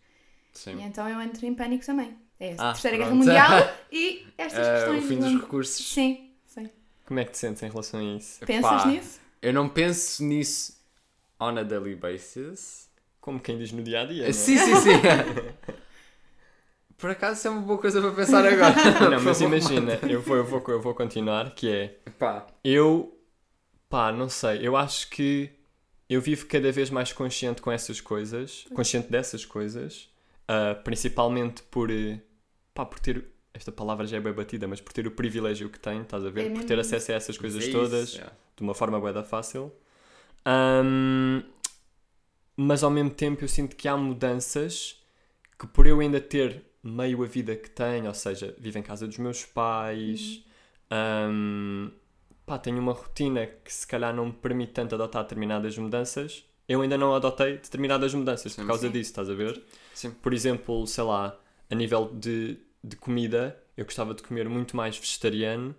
B: E
C: Sim.
B: então eu entro em pânico também. É a
C: Ah,
B: Terceira Guerra
C: pronto.
B: Mundial e estas
C: Ah,
B: questões.
C: o fim
B: do
C: dos
B: mundo.
C: recursos.
B: Sim, sim.
A: Como é que te sentes em relação a isso?
B: Pensas
C: Epá.
B: nisso?
C: Eu não penso nisso on a daily basis.
A: Como quem diz no dia a dia. não é?
C: Sim, sim, sim. Por acaso isso é uma boa coisa para pensar agora.
A: Não, mas imagina, eu vou, eu, vou, eu vou continuar, que é.
C: Pá,
A: Eu, pá, não sei, eu acho que eu vivo cada vez mais consciente com essas coisas, consciente dessas coisas, ah, principalmente por, eh, pá, por ter, esta palavra já é bem batida, mas por ter o privilégio que tenho, estás a ver?
B: É
A: por
B: mesmo
A: ter
B: isso.
A: acesso a essas coisas
C: é isso,
A: todas,
C: yeah.
A: de uma forma bué da fácil. Ahm, mas ao mesmo tempo eu sinto que há mudanças que por eu ainda ter meio a vida que tenho, ou seja, vivo em casa dos meus pais, ahm, pá, tenho uma rotina que se calhar não me permite tanto adotar determinadas mudanças, eu ainda não adotei determinadas mudanças por
C: Sim.
A: causa
B: Sim.
A: disso, estás a ver?
C: Sim.
A: Por exemplo, sei lá, a nível de, de comida, eu gostava de comer muito mais vegetariano,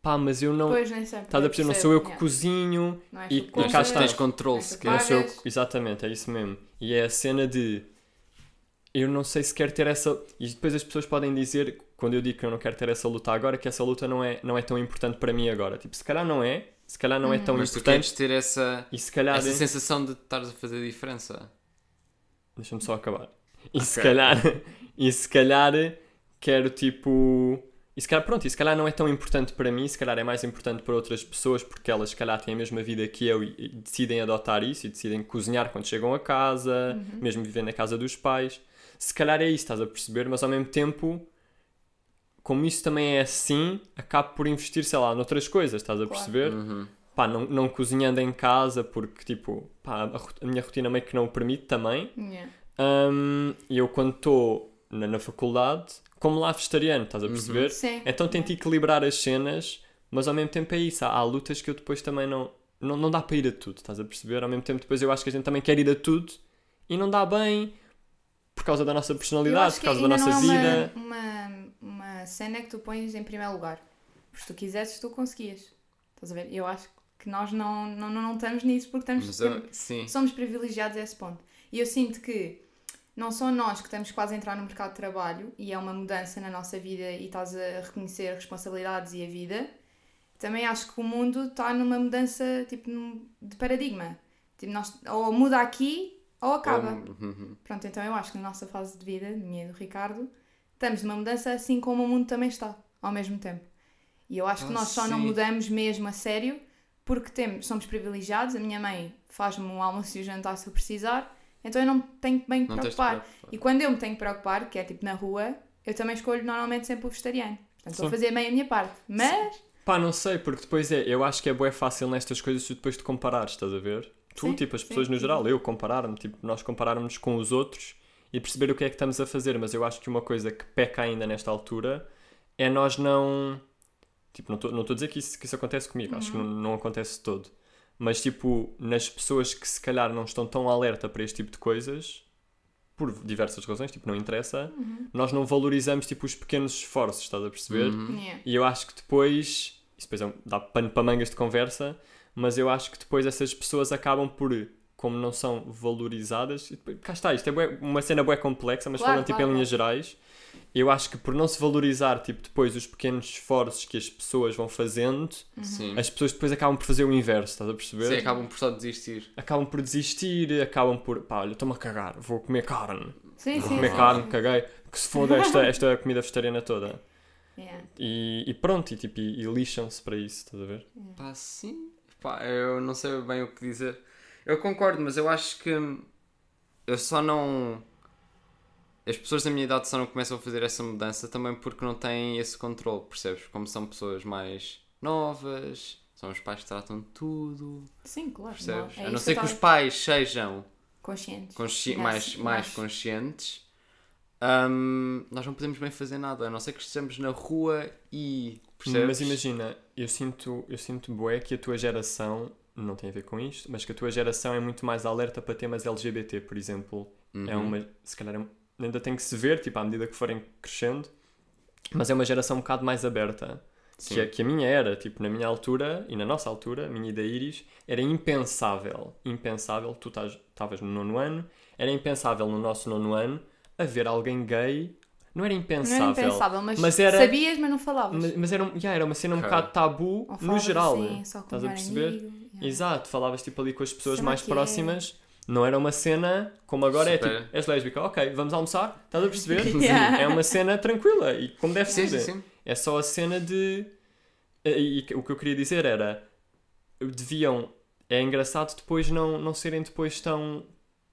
A: pá, mas eu não...
B: Pois nem sempre.
A: Então, Estás a perceber? Não sou eu que
B: Yeah.
A: cozinho.
B: Não és
A: e-
B: tu que
A: e cá
B: compras,
A: está.
C: Tens controle, se
B: Essa
C: calhar.
A: Não sou eu
B: Pagas.
A: que- Exatamente, é isso mesmo. E é a cena de. Eu não sei se quero ter essa. E depois as pessoas podem dizer, quando eu digo que eu não quero ter essa luta agora, que essa luta não é, não é tão importante para mim agora. Tipo, se calhar não é. Se calhar não é tão
C: Mas tu
A: importante.
C: queres ter essa,
A: E se calhar. é
C: essa sensação de estares a fazer diferença.
A: Deixa-me só acabar. E se calhar. E se calhar quero tipo. E se calhar, pronto, e se calhar não é tão importante para mim, se calhar é mais importante para outras pessoas porque elas, se calhar, têm a mesma vida que eu e, e decidem adotar isso e decidem cozinhar quando chegam a casa, mesmo vivendo na casa dos pais. Se calhar é isso, estás a perceber, mas ao mesmo tempo, como isso também é assim, acabo por investir, sei lá, noutras coisas, estás a perceber?
C: Hum.
A: Pá, não, não cozinhando em casa porque, tipo, pá, a ro- a minha rotina meio que não o permite também.
B: Yeah.
A: Hum, E eu quando estou na, na faculdade, como lá vegetariano, estás a perceber?
B: Sim.
A: Então tento equilibrar as cenas, mas ao mesmo tempo é isso. Há, há lutas que eu depois também não, não. Não dá para ir a tudo, estás a perceber? Ao mesmo tempo depois eu acho que a gente também quer ir a tudo e não dá bem por causa da nossa
B: Eu
A: personalidade,
B: acho
A: por
B: que
A: causa da
B: ainda
A: nossa
B: não é
A: vida.
B: uma, uma, uma cena que tu pões em primeiro lugar. Porque se tu quisesses, tu conseguias. Estás a ver? Eu acho que nós não, não, não, não estamos nisso porque estamos,
C: Mas eu, sim.
B: somos privilegiados a esse ponto. E eu sinto que não só nós que estamos quase a entrar no mercado de trabalho e é uma mudança na nossa vida e estás a reconhecer responsabilidades e a vida, também acho que o mundo está numa mudança tipo num- de paradigma. Tipo, nós, ou muda aqui ou acaba.
C: Uhum.
B: Pronto, então eu acho que na nossa fase de vida, minha e do Ricardo, estamos numa mudança assim como o mundo também está, ao mesmo tempo. E eu acho que
C: Ah,
B: nós só não
C: sim.
B: mudamos mesmo a sério porque temos, somos privilegiados. A minha mãe faz-me um almoço e um jantar se eu precisar, então eu não tenho bem que
C: Não tens de
B: preocupar.
C: preocupar.
B: E quando eu me tenho que preocupar, que é tipo na rua, eu também escolho normalmente sempre o vegetariano. Portanto, estou a
A: Sim.
B: fazer bem a minha parte. Mas,
A: Pá, não sei, porque depois é, eu acho que é bué fácil nestas coisas tu depois te comparares, estás a ver? Tu,
B: Sim,
A: tipo, as
B: sim,
A: pessoas no
B: sim.
A: geral, eu comparar-me, tipo, nós compararmos com os outros e perceber o que é que estamos a fazer, mas eu acho que uma coisa que peca ainda nesta altura é nós não. Tipo, não estou não estou a dizer que isso, que isso acontece comigo, acho que
B: Uhum.
A: não, não acontece de todo. Mas, tipo, nas pessoas que se calhar não estão tão alerta para este tipo de coisas, por diversas razões, tipo, não interessa,
B: Uhum.
A: nós não valorizamos, tipo, os pequenos esforços, estás a perceber?
B: Hum. yeah.
A: E eu acho que depois, isso depois é um- dá pano para mangas de conversa, mas eu acho que depois essas pessoas acabam por, como não são valorizadas, e depois, cá está, isto é bué- uma cena bué complexa, mas
B: Claro,
A: falando tipo
B: claro,
A: em linhas gerais, eu acho que por não se valorizar tipo depois os pequenos esforços que as pessoas vão fazendo,
C: Sim.
A: as pessoas depois acabam por fazer o inverso, estás a perceber?
C: Sim, acabam por só desistir.
A: Acabam por desistir, acabam por, pá, olha, estou-me a cagar, vou comer carne,
B: Sim, sim.
A: vou comer
B: sim,
A: carne,
B: sim.
A: caguei, que se foda esta, esta comida vegetariana toda.
B: Yeah.
A: E, e pronto, e, tipo, e, e lixam-se para isso, estás a ver?
C: Pá, sim. Pá, eu não sei bem o que dizer. Eu concordo, mas eu acho que hum, eu só não. As pessoas da minha idade só não começam a fazer essa mudança também porque não têm esse controle, percebes? Como são pessoas mais novas, são os pais que tratam de tudo,
B: Sim, claro.
C: percebes?
B: não, é
C: a não
B: isso
C: ser
B: eu
C: que os
B: tava-
C: pais sejam
B: Conscientes.
C: consci-
B: Yes,
C: mais, mais
B: yes.
C: conscientes, hum, nós não podemos bem fazer nada, a não ser que estejamos na rua e. Percebes?
A: Mas imagina, eu sinto, eu sinto bué que a tua geração, não tem a ver com isto, mas que a tua geração é muito mais alerta para temas LGBT, por exemplo. É uma, se calhar, é um- ainda tem que se ver, tipo, à medida que forem crescendo, mas é uma geração um bocado mais aberta. Que a, que a minha era, tipo, na minha altura e na nossa altura, a minha e da Iris, era impensável, impensável, tu estás- estavas no nono ano, era impensável no nosso nono ano haver alguém gay, não era
B: Não
A: impensável,
B: era impensável, mas,
A: era,
B: sabias, mas não falavas.
A: mas, mas era, um- já, era uma cena um
C: Ok.
A: bocado tabu
B: Ou
A: no
B: falavas
A: geral, né?
B: assim, só com
A: estás a
B: um
A: perceber?
B: amigo, yeah.
A: Exato, falavas tipo ali com as pessoas
B: Será
A: mais
B: que é?
A: próximas, não era uma cena como agora é
C: Super.
A: tipo, és lésbica, ok, vamos almoçar, estás a perceber?
B: Yeah.
A: É uma cena tranquila e como deve
C: Sim,
A: ser.
C: sim, sim.
A: É só a cena de. E, e o que eu queria dizer era. Deviam. É engraçado depois não, não serem depois tão.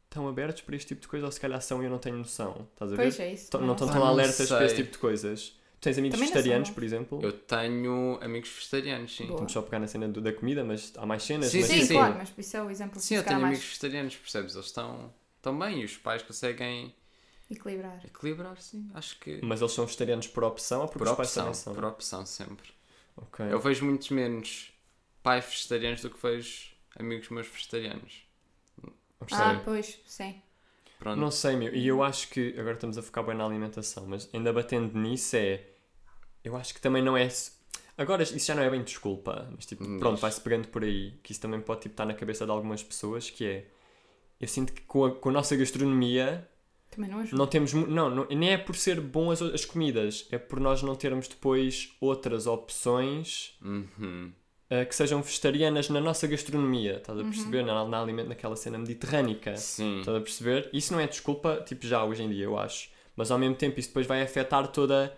A: tão abertos para este tipo de coisa, ou se calhar são e eu não tenho noção. Estás a ver?
B: Pois é isso.
A: Tão- não estão
C: Ah,
A: tão
C: não
A: alertas para esse
C: sei.
A: tipo de coisas. Tu tens amigos
B: Também não são,
A: vegetarianos,
B: não.
A: por exemplo.
C: Eu tenho amigos vegetarianos, sim.
B: Boa.
A: Vamos só pegar na cena do- da comida, mas há mais cenas.
C: Sim,
A: mas,
B: assim. Sim,
A: tipo,
B: claro, mas isso é o exemplo
C: Sim,
B: que
C: eu
B: se calhar
C: tenho
B: mais
C: amigos vegetarianos, percebes? Eles estão tão bem e os pais conseguem
B: equilibrar.
C: equilibrar, sim. Acho que
A: Mas eles são vegetarianos por opção ou porque
C: por
A: Hum, os pais
C: opção,
A: também são? É.
C: por opção sempre.
A: Ok.
C: Eu vejo muito menos pais vegetarianos do que vejo amigos meus vegetarianos.
B: Ah,
A: Percebe?
B: pois, sim.
C: Pronto.
A: Não sei, meu. E eu acho que. Agora estamos a focar bem na alimentação, mas ainda batendo nisso é. Eu acho que também não é. se- Agora, isso já não é bem desculpa, mas tipo,
C: Hum,
A: pronto,
C: mas-
A: vai-se pegando por aí. Que isso também pode tipo, estar na cabeça de algumas pessoas, que é. Eu sinto que com a, com a nossa gastronomia
B: Também não ajuda.
A: não temos. mu- Não, não, nem é por ser bom as, o- as comidas, é por nós não termos depois outras opções
C: Uhum.
A: uh, que sejam vegetarianas na nossa gastronomia, estás a perceber? Na, na, aliment- naquela cena mediterrânica,
C: Sim.
A: É. estás a perceber? Isso não é desculpa, tipo, já hoje em dia, eu acho. Mas ao mesmo tempo, isso depois vai afetar toda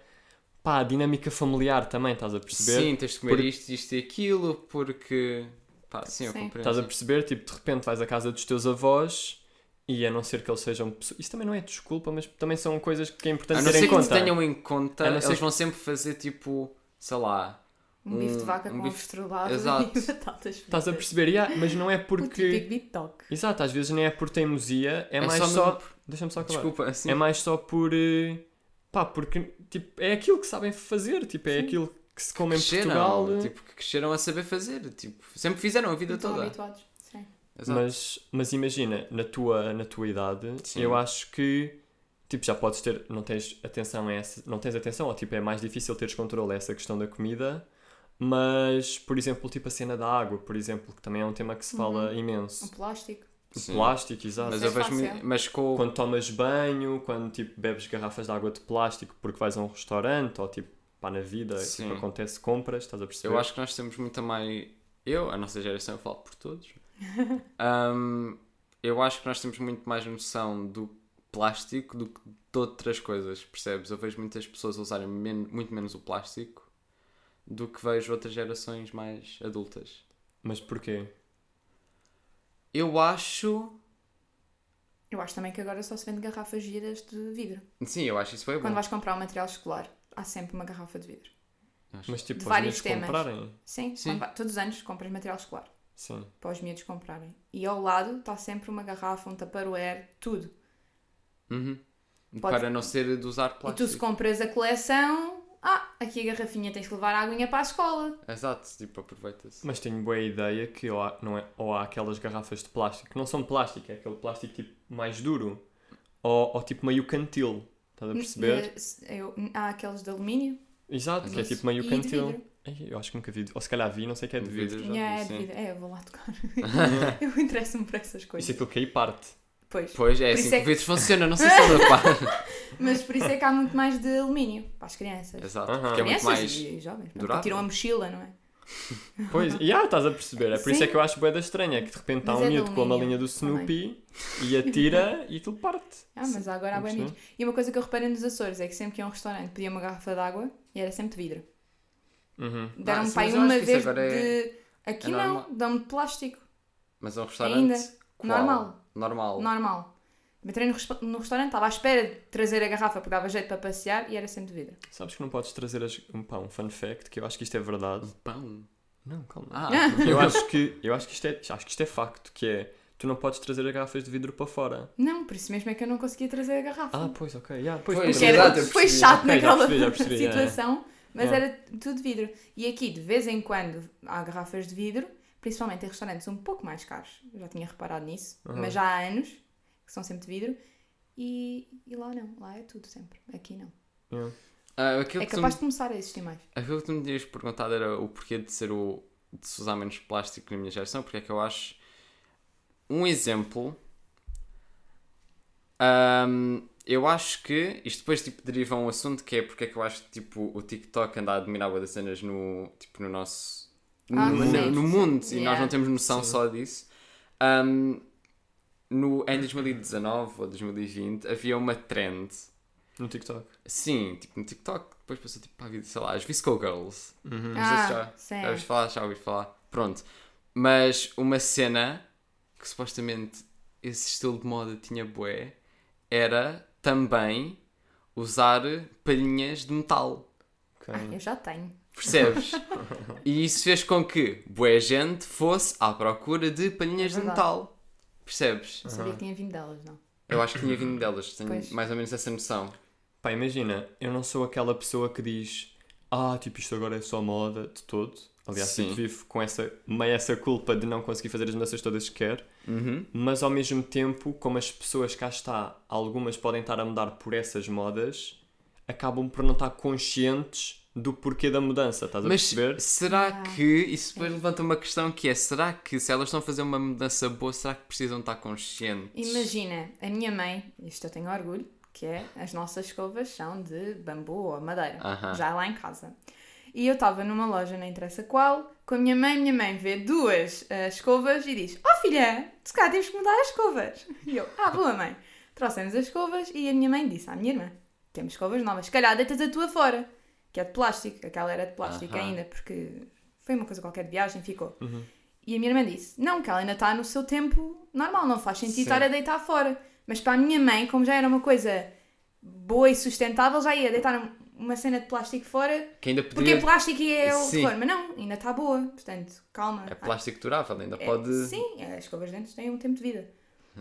A: pá, a dinâmica familiar também, estás a perceber?
C: Sim, tens de comer
A: Por-
C: isto, isto e aquilo, porque. Pá, sim, eu
B: Sim.
C: compreendo.
A: Estás a
C: sim.
A: perceber? Tipo, de repente vais à casa dos teus avós e a não ser que eles sejam pessoas. Isso também não é desculpa, mas também são coisas que é
C: A
A: importante
C: não
A: ter
C: ser
A: em
C: que
A: conta.
C: tenham em conta,
A: A não ser
C: eles
A: que-
C: vão sempre fazer tipo, sei lá.
B: Um bife de
C: um-
B: vaca
C: um
B: com
C: bife-
B: bife... estrelado
C: Exato.
B: e batatas fritas.
A: Estás a perceber? Yeah, mas não é
B: O típico
A: porque.
B: Big Talk.
A: Exato, às vezes nem é por teimosia, é,
C: É
A: mais
C: só
A: só.
C: mesmo-
A: Deixa-me só acabar.
C: Desculpa, assim.
A: É mais só por. eh, Pá, porque tipo, é aquilo que sabem fazer, tipo, é aquilo que se come em Portugal. eh,
C: tipo, que cresceram a saber fazer, tipo, sempre fizeram a vida
B: Estão
C: toda.
B: habituados. Sim.
C: Exato.
A: mas, mas imagina, na tua, na tua idade,
C: Sim.
A: eu acho que tipo, já podes ter. Não tens atenção a essa. Não tens atenção, ou tipo, é mais difícil teres controle a essa questão da comida. Mas, por exemplo, tipo a cena da água, por exemplo, que também é um tema que se fala
B: Um
A: imenso.
B: plástico.
A: O
C: Sim.
A: plástico, exato.
C: Mas
B: é
C: eu vejo
B: fácil.
C: mui- mas com
A: quando tomas banho, quando tipo bebes garrafas de água de plástico porque vais a um restaurante ou tipo pá na vida,
C: Sim.
A: tipo, acontece compras, estás a perceber?
C: eu acho que nós temos muita mais eu, a nossa geração, eu falo por todos, Ahm, eu acho que nós temos muito mais noção do plástico do que de outras coisas, percebes? Eu vejo muitas pessoas a usarem men- muito menos o plástico do que vejo outras gerações mais adultas.
A: Mas porquê?
C: Eu acho.
B: Eu acho também que agora só se vende garrafas giras de vidro.
C: Sim, eu acho isso
A: É
C: bem bom.
B: Quando vais comprar um material escolar, há sempre uma garrafa de vidro.
A: Mas tipo,
B: De
A: os
B: vários
A: miúdos
B: temas.
A: comprarem.
B: Sim,
C: Sim.
B: quando vai- todos os anos compras material escolar
A: Sim.
B: para os miúdos comprarem. E ao lado está sempre uma garrafa, um tupperware, tudo. pode-
C: Uhum. Para não ser de usar
B: E tu se
C: plástico.
B: compras a coleção, ah, aqui a garrafinha tens que levar a aguinha para a escola.
C: Exato, tipo, aproveita-se.
A: Mas tenho boa ideia que ou há, não é, ou há aquelas garrafas de plástico que não são de plástico, é aquele plástico tipo mais duro ou, ou tipo meio cantil. Estás a perceber?
B: Eh, se- eu- há aqueles de alumínio.
A: Exato, que é
C: Exato.
A: tipo meio
B: E de
A: cantil.
B: vidro.
A: Ei, Eu acho que nunca vi, ou se calhar vi, não sei o que é de
C: De
A: vidro.
C: vidro. já
B: Yeah, é,
C: vi,
B: de
C: sim.
B: vidro. é, eu vou lá tocar. eu interesso-me por essas coisas.
A: Isso é aquilo que aí parte.
B: Pois.
C: Pois é,
B: Por
C: assim
B: isso
C: que
B: é
C: o
B: que-
C: vidro funciona, não sei se é da par.
B: Mas por isso é que há muito mais de alumínio para as crianças.
C: Exato,
A: Aham.
C: porque é muito
B: crianças
C: mais.
B: e jovens. pronto,
C: durável.
B: Tiram a mochila, não é?
A: Pois, e ah, estás a perceber. É por isso é
B: Sim.
A: que eu acho bué da estranha, é que de repente está
B: Mas
A: um
B: é de
A: miúdo com a
B: alumínio
A: malinha do Snoopy e atira e aquilo parte.
B: Ah, mas agora há
A: Vamos
B: bem
A: ver.
B: miúdos. E uma coisa que eu reparei nos Açores é que sempre que ia a um restaurante pedia uma garrafa de água e era sempre de vidro.
A: Uhum.
C: Ah,
B: Deram-me
C: sim,
B: pai
C: mas eu
B: uma
C: acho que isso
B: vez
C: agora é-
B: de. Aqui
C: é
B: não,
C: normal.
B: dão-me de plástico.
C: Mas é um restaurante.
B: Ainda.
C: qual?
B: Normal.
C: Normal.
B: Normal. Eu Entrei no, respa- no restaurante, estava à espera de trazer a garrafa porque dava jeito para passear e era sempre de vidro.
A: Sabes que não podes trazer as... um pão, um fun fact, que eu acho que isto é verdade.
C: Pão.
A: Não, calma.
C: Ah,
A: Eu acho que, eu acho que, isto, é, acho que isto é facto, que é, tu não podes trazer as garrafas de vidro para fora.
B: Não, por isso mesmo é que eu não conseguia trazer a garrafa.
A: Ah, pois, ok. Yeah, pois,
C: Pois,
A: pois,
B: Porque era-
C: Exato, eu
B: foi
C: percebi.
B: chato
A: Ok, já
B: naquela
A: percebi, já percebi, é.
B: situação, mas
A: É.
B: era tudo de vidro. E aqui, de vez em quando, há garrafas de vidro, principalmente em restaurantes um pouco mais caros. Eu já tinha reparado nisso, mas já há anos que são sempre de vidro. E, e lá não, lá é tudo sempre. Aqui não.
A: Yeah.
C: Ah, aquilo
B: É
C: que tu
B: capaz de começar a existir mais.
C: Aquilo que tu me tinhas perguntado era o porquê de ser o de se usar menos plástico na minha geração, porque é que eu acho um exemplo. ahm, eu acho que isto depois tipo, deriva a um assunto que é porque é que eu acho que tipo, o TikTok anda a admirar bué das cenas no, tipo, no nosso no,
B: Ah,
C: no-
B: sim.
C: no mundo e nós
B: Yeah.
C: não temos noção
A: Sim.
C: só disso. Ahm, no, em 2019 ou 2020 havia uma trend
A: No TikTok.
C: Sim, tipo no TikTok, depois passou tipo para a vida, sei lá, as Visco Girls. Hum, Não sei se
B: Ah,
C: já,
B: sim.
C: já ouvi falar, já ouvi falar. Pronto. Mas uma cena que supostamente esse estilo de moda tinha bué era também usar palhinhas de metal.
A: Ok.
B: Ah, eu já tenho.
C: Percebes? e isso fez com que bué gente fosse à procura de palhinhas de
B: É verdade.
C: metal. Percebes?
B: Não sabia que tinha vindo delas, não.
C: Eu acho que tinha vindo delas, tenho
B: Pois.
C: mais ou menos essa noção.
A: Pá, imagina, eu não sou aquela pessoa que diz Ah, tipo, isto agora é só moda de todo. Aliás,
C: Sim.
A: tipo, vivo com essa, meio essa culpa de não conseguir fazer as mudanças todas que quero.
C: Uhum.
A: Mas ao mesmo tempo, como as pessoas cá está, algumas podem estar a mudar por essas modas, acabam por não estar conscientes do porquê da mudança, estás a
C: Mas
A: perceber?
C: será
B: Ah,
C: que. Isso depois levanta uma questão que é: será que se elas estão a fazer uma mudança boa, será que precisam estar conscientes?
B: Imagina, a minha mãe, isto eu tenho orgulho, que é as nossas escovas são de bambu ou madeira,
C: Aham.
B: já lá em casa. E eu estava numa loja, não interessa qual, com a minha mãe, minha mãe vê duas ah, escovas e diz: Oh filha, se calhar temos que mudar as escovas. E eu: Ah, boa mãe. Trouxemos as escovas e a minha mãe disse à minha irmã: Temos escovas novas, se calhar deitas a tua fora, que é de plástico, aquela era de plástico
C: Aham. Uhum.
B: ainda, porque foi uma coisa qualquer de viagem, ficou. E a minha irmã disse: Não, que ela ainda está no seu tempo normal, não faz sentido estar a deitar fora. Mas para a minha mãe, como já era uma coisa boa e sustentável, já ia deitar um- uma cena de plástico fora,
C: Que ainda
B: porque é
C: poderia.
B: plástico e é o
C: Sim.
B: cor. Mas não, ainda está boa, portanto, calma.
C: É plástico durável, ainda
B: Ah, é-
C: pode.
B: Sim, as escovas de dentes têm um tempo de vida.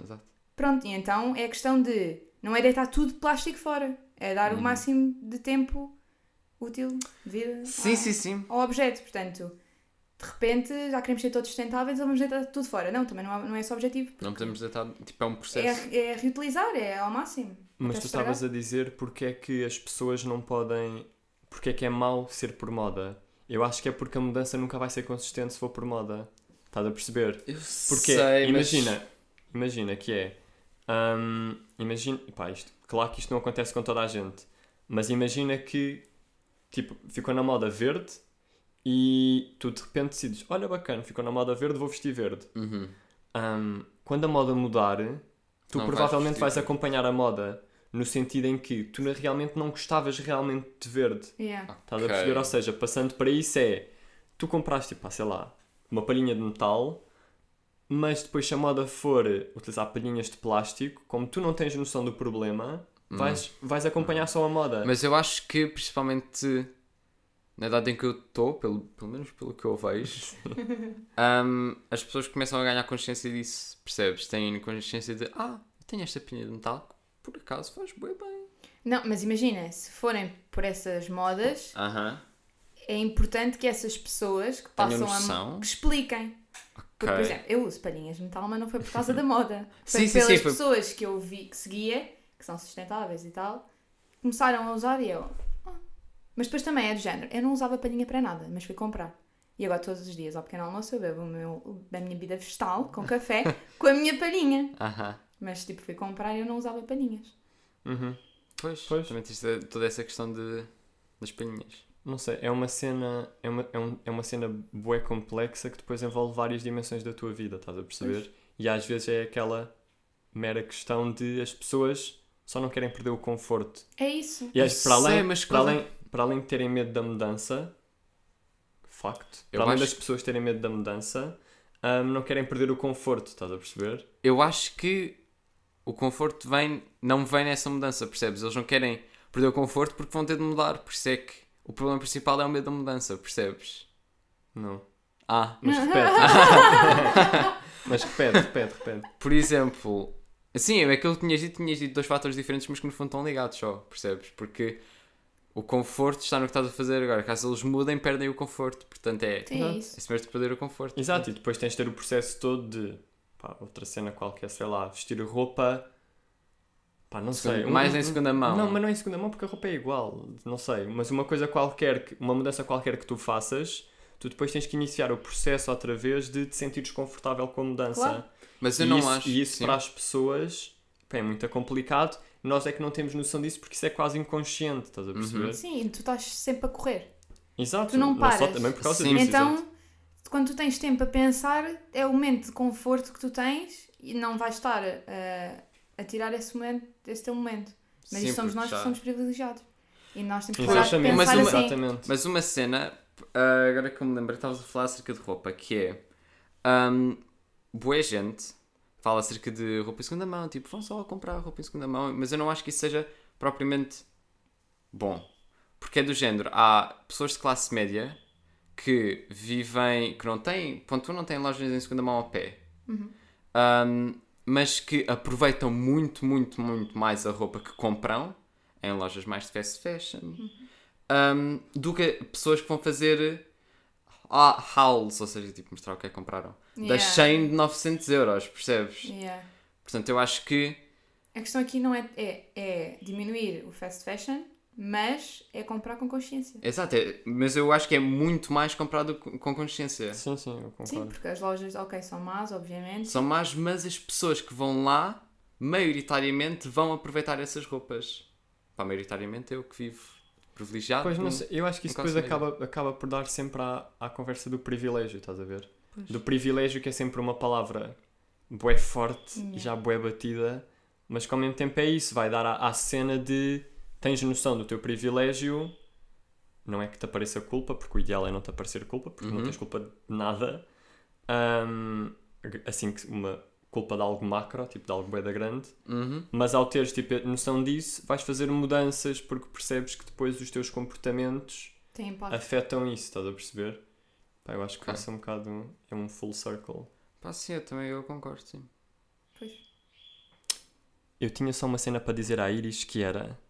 C: Exato.
B: Pronto, e então é a questão de não é deitar tudo de plástico fora, é dar
A: Uhum.
B: o máximo de tempo útil de vida.
C: Sim,
B: à-
C: sim, sim.
B: ao objeto, portanto, de repente já queremos ser todos sustentáveis, vamos deitar tudo fora. Não, também não, há- não é esse o objetivo.
C: Não podemos deitar. Tipo, é um processo.
B: É, é reutilizar, é ao máximo.
A: Mas
B: Até
A: tu
B: estragar.
A: estavas a dizer porque é que as pessoas não podem. porque é que é mau ser por moda. Eu acho que é porque a mudança nunca vai ser consistente se for por moda. Estás a perceber?
C: Eu
A: Porque
C: sei, mas-
A: imagina, imagina que é. hum, imagina, pá, isto, claro que isto não acontece com toda a gente, mas imagina que tipo, ficou na moda verde e tu de repente decides: olha, bacana, ficou na moda verde, vou vestir verde. ahm, quando a moda mudar, tu
C: Não vais
A: provavelmente
C: vestir
A: vais
C: verde.
A: acompanhar a moda no sentido em que tu na- realmente não gostavas realmente de verde.
B: Yeah.
A: Estás
C: Ok.
A: a perceber? Ou seja, passando para isso é tu compraste, tipo, ah, sei lá, uma palhinha de metal, mas depois se a moda for utilizar palhinhas de plástico, como tu não tens noção do problema, vais, vais acompanhar só a moda.
C: Hum. Mas eu acho que, principalmente na idade em que eu estou, pelo, pelo menos pelo que eu vejo, hum, as pessoas começam a ganhar consciência disso, percebes? Têm consciência de, ah, eu tenho esta pinha de metal que por acaso faz bué bem.
B: Não, mas imagina, se forem por essas modas,
C: Aham.
B: é importante que essas pessoas que
C: Tenham
B: passam a
C: noção.
B: que expliquem. Porque, por
C: Ok.
B: exemplo, eu uso palhinhas de metal, mas não foi por causa da moda. Foi
C: Sim, sim,
B: pelas
C: sim, foi-
B: pessoas que eu vi que seguia, que são sustentáveis e tal, começaram a usar e eu. "Ah." Mas depois também é do género. Eu não usava palhinha para nada, mas fui comprar. E agora todos os dias ao pequeno almoço eu bebo o meu, a minha bebida vegetal com café com a minha palhinha.
C: Aham.
B: Mas tipo, fui comprar e eu não usava palhinhas.
C: Uhum. Pois,
A: Pois.
C: também tens de- toda essa questão de, das palhinhas.
A: Não sei, é uma cena, é uma, é um- é uma cena bué complexa que depois envolve várias dimensões da tua vida, estás a perceber? E às vezes é aquela mera questão de as pessoas só não querem perder o conforto.
B: É isso.
A: E acho que para
C: sei,
A: além,
C: mas é?
A: para,
C: quando-
A: além, para além de terem medo da mudança, facto,
C: Eu
A: para além
C: acho-
A: das pessoas terem medo da mudança, ahm, não querem perder o conforto, estás a perceber?
C: eu acho que o conforto vem, não vem nessa mudança, percebes? Eles não querem perder o conforto porque vão ter de mudar, por isso é que o problema principal é o medo da mudança, percebes?
A: Não.
C: Ah,
A: Mas repete. mas repete, repete, repete.
C: por exemplo, assim, é aquilo que tinhas dito, tinhas dito dois fatores diferentes, mas que no fundo estão ligados só, percebes? Porque o conforto está no que estás a fazer agora, caso eles mudem, perdem o conforto, portanto é,
B: É
C: Exato.
B: isso.
C: esse mesmo de perder o conforto.
A: Exato, e depois tens de ter o processo todo de pá, outra cena qualquer, sei lá, vestir roupa. Pá, não
C: Segunda-
A: sei. um-
C: mais
A: um-
C: em segunda mão.
A: Não, mas não em segunda mão porque a roupa é igual, não sei. Mas uma coisa qualquer, que- uma mudança qualquer que tu faças, tu depois tens que iniciar o processo outra vez de te sentir desconfortável com a mudança.
B: Claro.
C: Mas
A: E
C: eu não
A: isso,
C: acho.
A: e isso
C: sim.
A: para as pessoas pá, é muito complicado. Nós é que não temos noção disso porque isso é quase inconsciente, estás a
C: Uhum.
A: perceber?
B: Sim, tu estás sempre a correr.
A: Exato.
B: Tu não
A: Só
B: paras.
A: também por causa
C: Sim.
A: disso.
B: então,
A: exato.
B: quando tu tens tempo a pensar, é o momento de conforto que tu tens e não vais estar eh, a tirar esse, momento, esse teu momento. Mas
C: Sim,
B: isto somos
C: porque
B: nós
C: já-
B: que somos privilegiados. E nós temos que parar de
A: Exatamente.
B: pensar
C: Mas
B: assim.
C: uma-
A: Exatamente.
C: Mas uma cena, ah, agora que eu me lembro, estavas a falar acerca de roupa, que é. ahm, boa gente fala acerca de roupa em segunda mão, tipo, vão só comprar roupa em segunda mão, mas eu não acho que isso seja propriamente bom. Porque é do género, há pessoas de classe média que vivem, que não têm, ponto um, não têm lojas em segunda mão ao pé,
B: Uhum.
C: Ahm, mas que aproveitam muito, muito, muito mais a roupa que compram em lojas mais de fast fashion
B: Uhum.
C: ahm, do que pessoas que vão fazer ah, hauls, ou seja, tipo, mostrar o que é que compraram. Da
B: Yeah.
C: Shein de 900 euros, percebes?
B: Yeah.
C: Portanto, eu acho que
B: A questão aqui não é, é, é diminuir o fast fashion, mas é comprar com consciência.
C: Exato, é- mas eu acho que é muito mais comprado co- com consciência.
A: Sim, sim, eu concordo.
B: Sim, porque as lojas, ok, são más, obviamente.
C: São más, mas as pessoas que vão lá, maioritariamente, vão aproveitar essas roupas. Pá, maioritariamente eu que vivo privilegiado.
A: Pois,
C: não-
A: mas eu acho que isso
C: nunca
A: depois
C: assumiram.
A: acaba, acaba por dar sempre à, à conversa do privilégio, estás a ver? Do privilégio que é sempre uma palavra bué forte,
B: Yeah.
A: já bué batida, mas que ao mesmo tempo é isso, vai dar à, à cena de tens noção do teu privilégio, não é que te apareça culpa, porque o ideal é não te aparecer culpa, porque
C: Uhum.
A: não tens culpa de nada, Ahm, assim que uma culpa de algo macro, tipo de algo bué da grande,
C: Uhum.
A: mas ao teres tipo, a noção disso, vais fazer mudanças porque percebes que depois os teus comportamentos
B: Tem impacto.
A: afetam isso, estás a perceber? Pá, eu acho que
C: Ok.
A: isso é um bocado um- é um full circle.
C: Pá, sim, eu também eu concordo, sim.
B: Pois.
A: Eu tinha só uma cena para dizer à Iris que era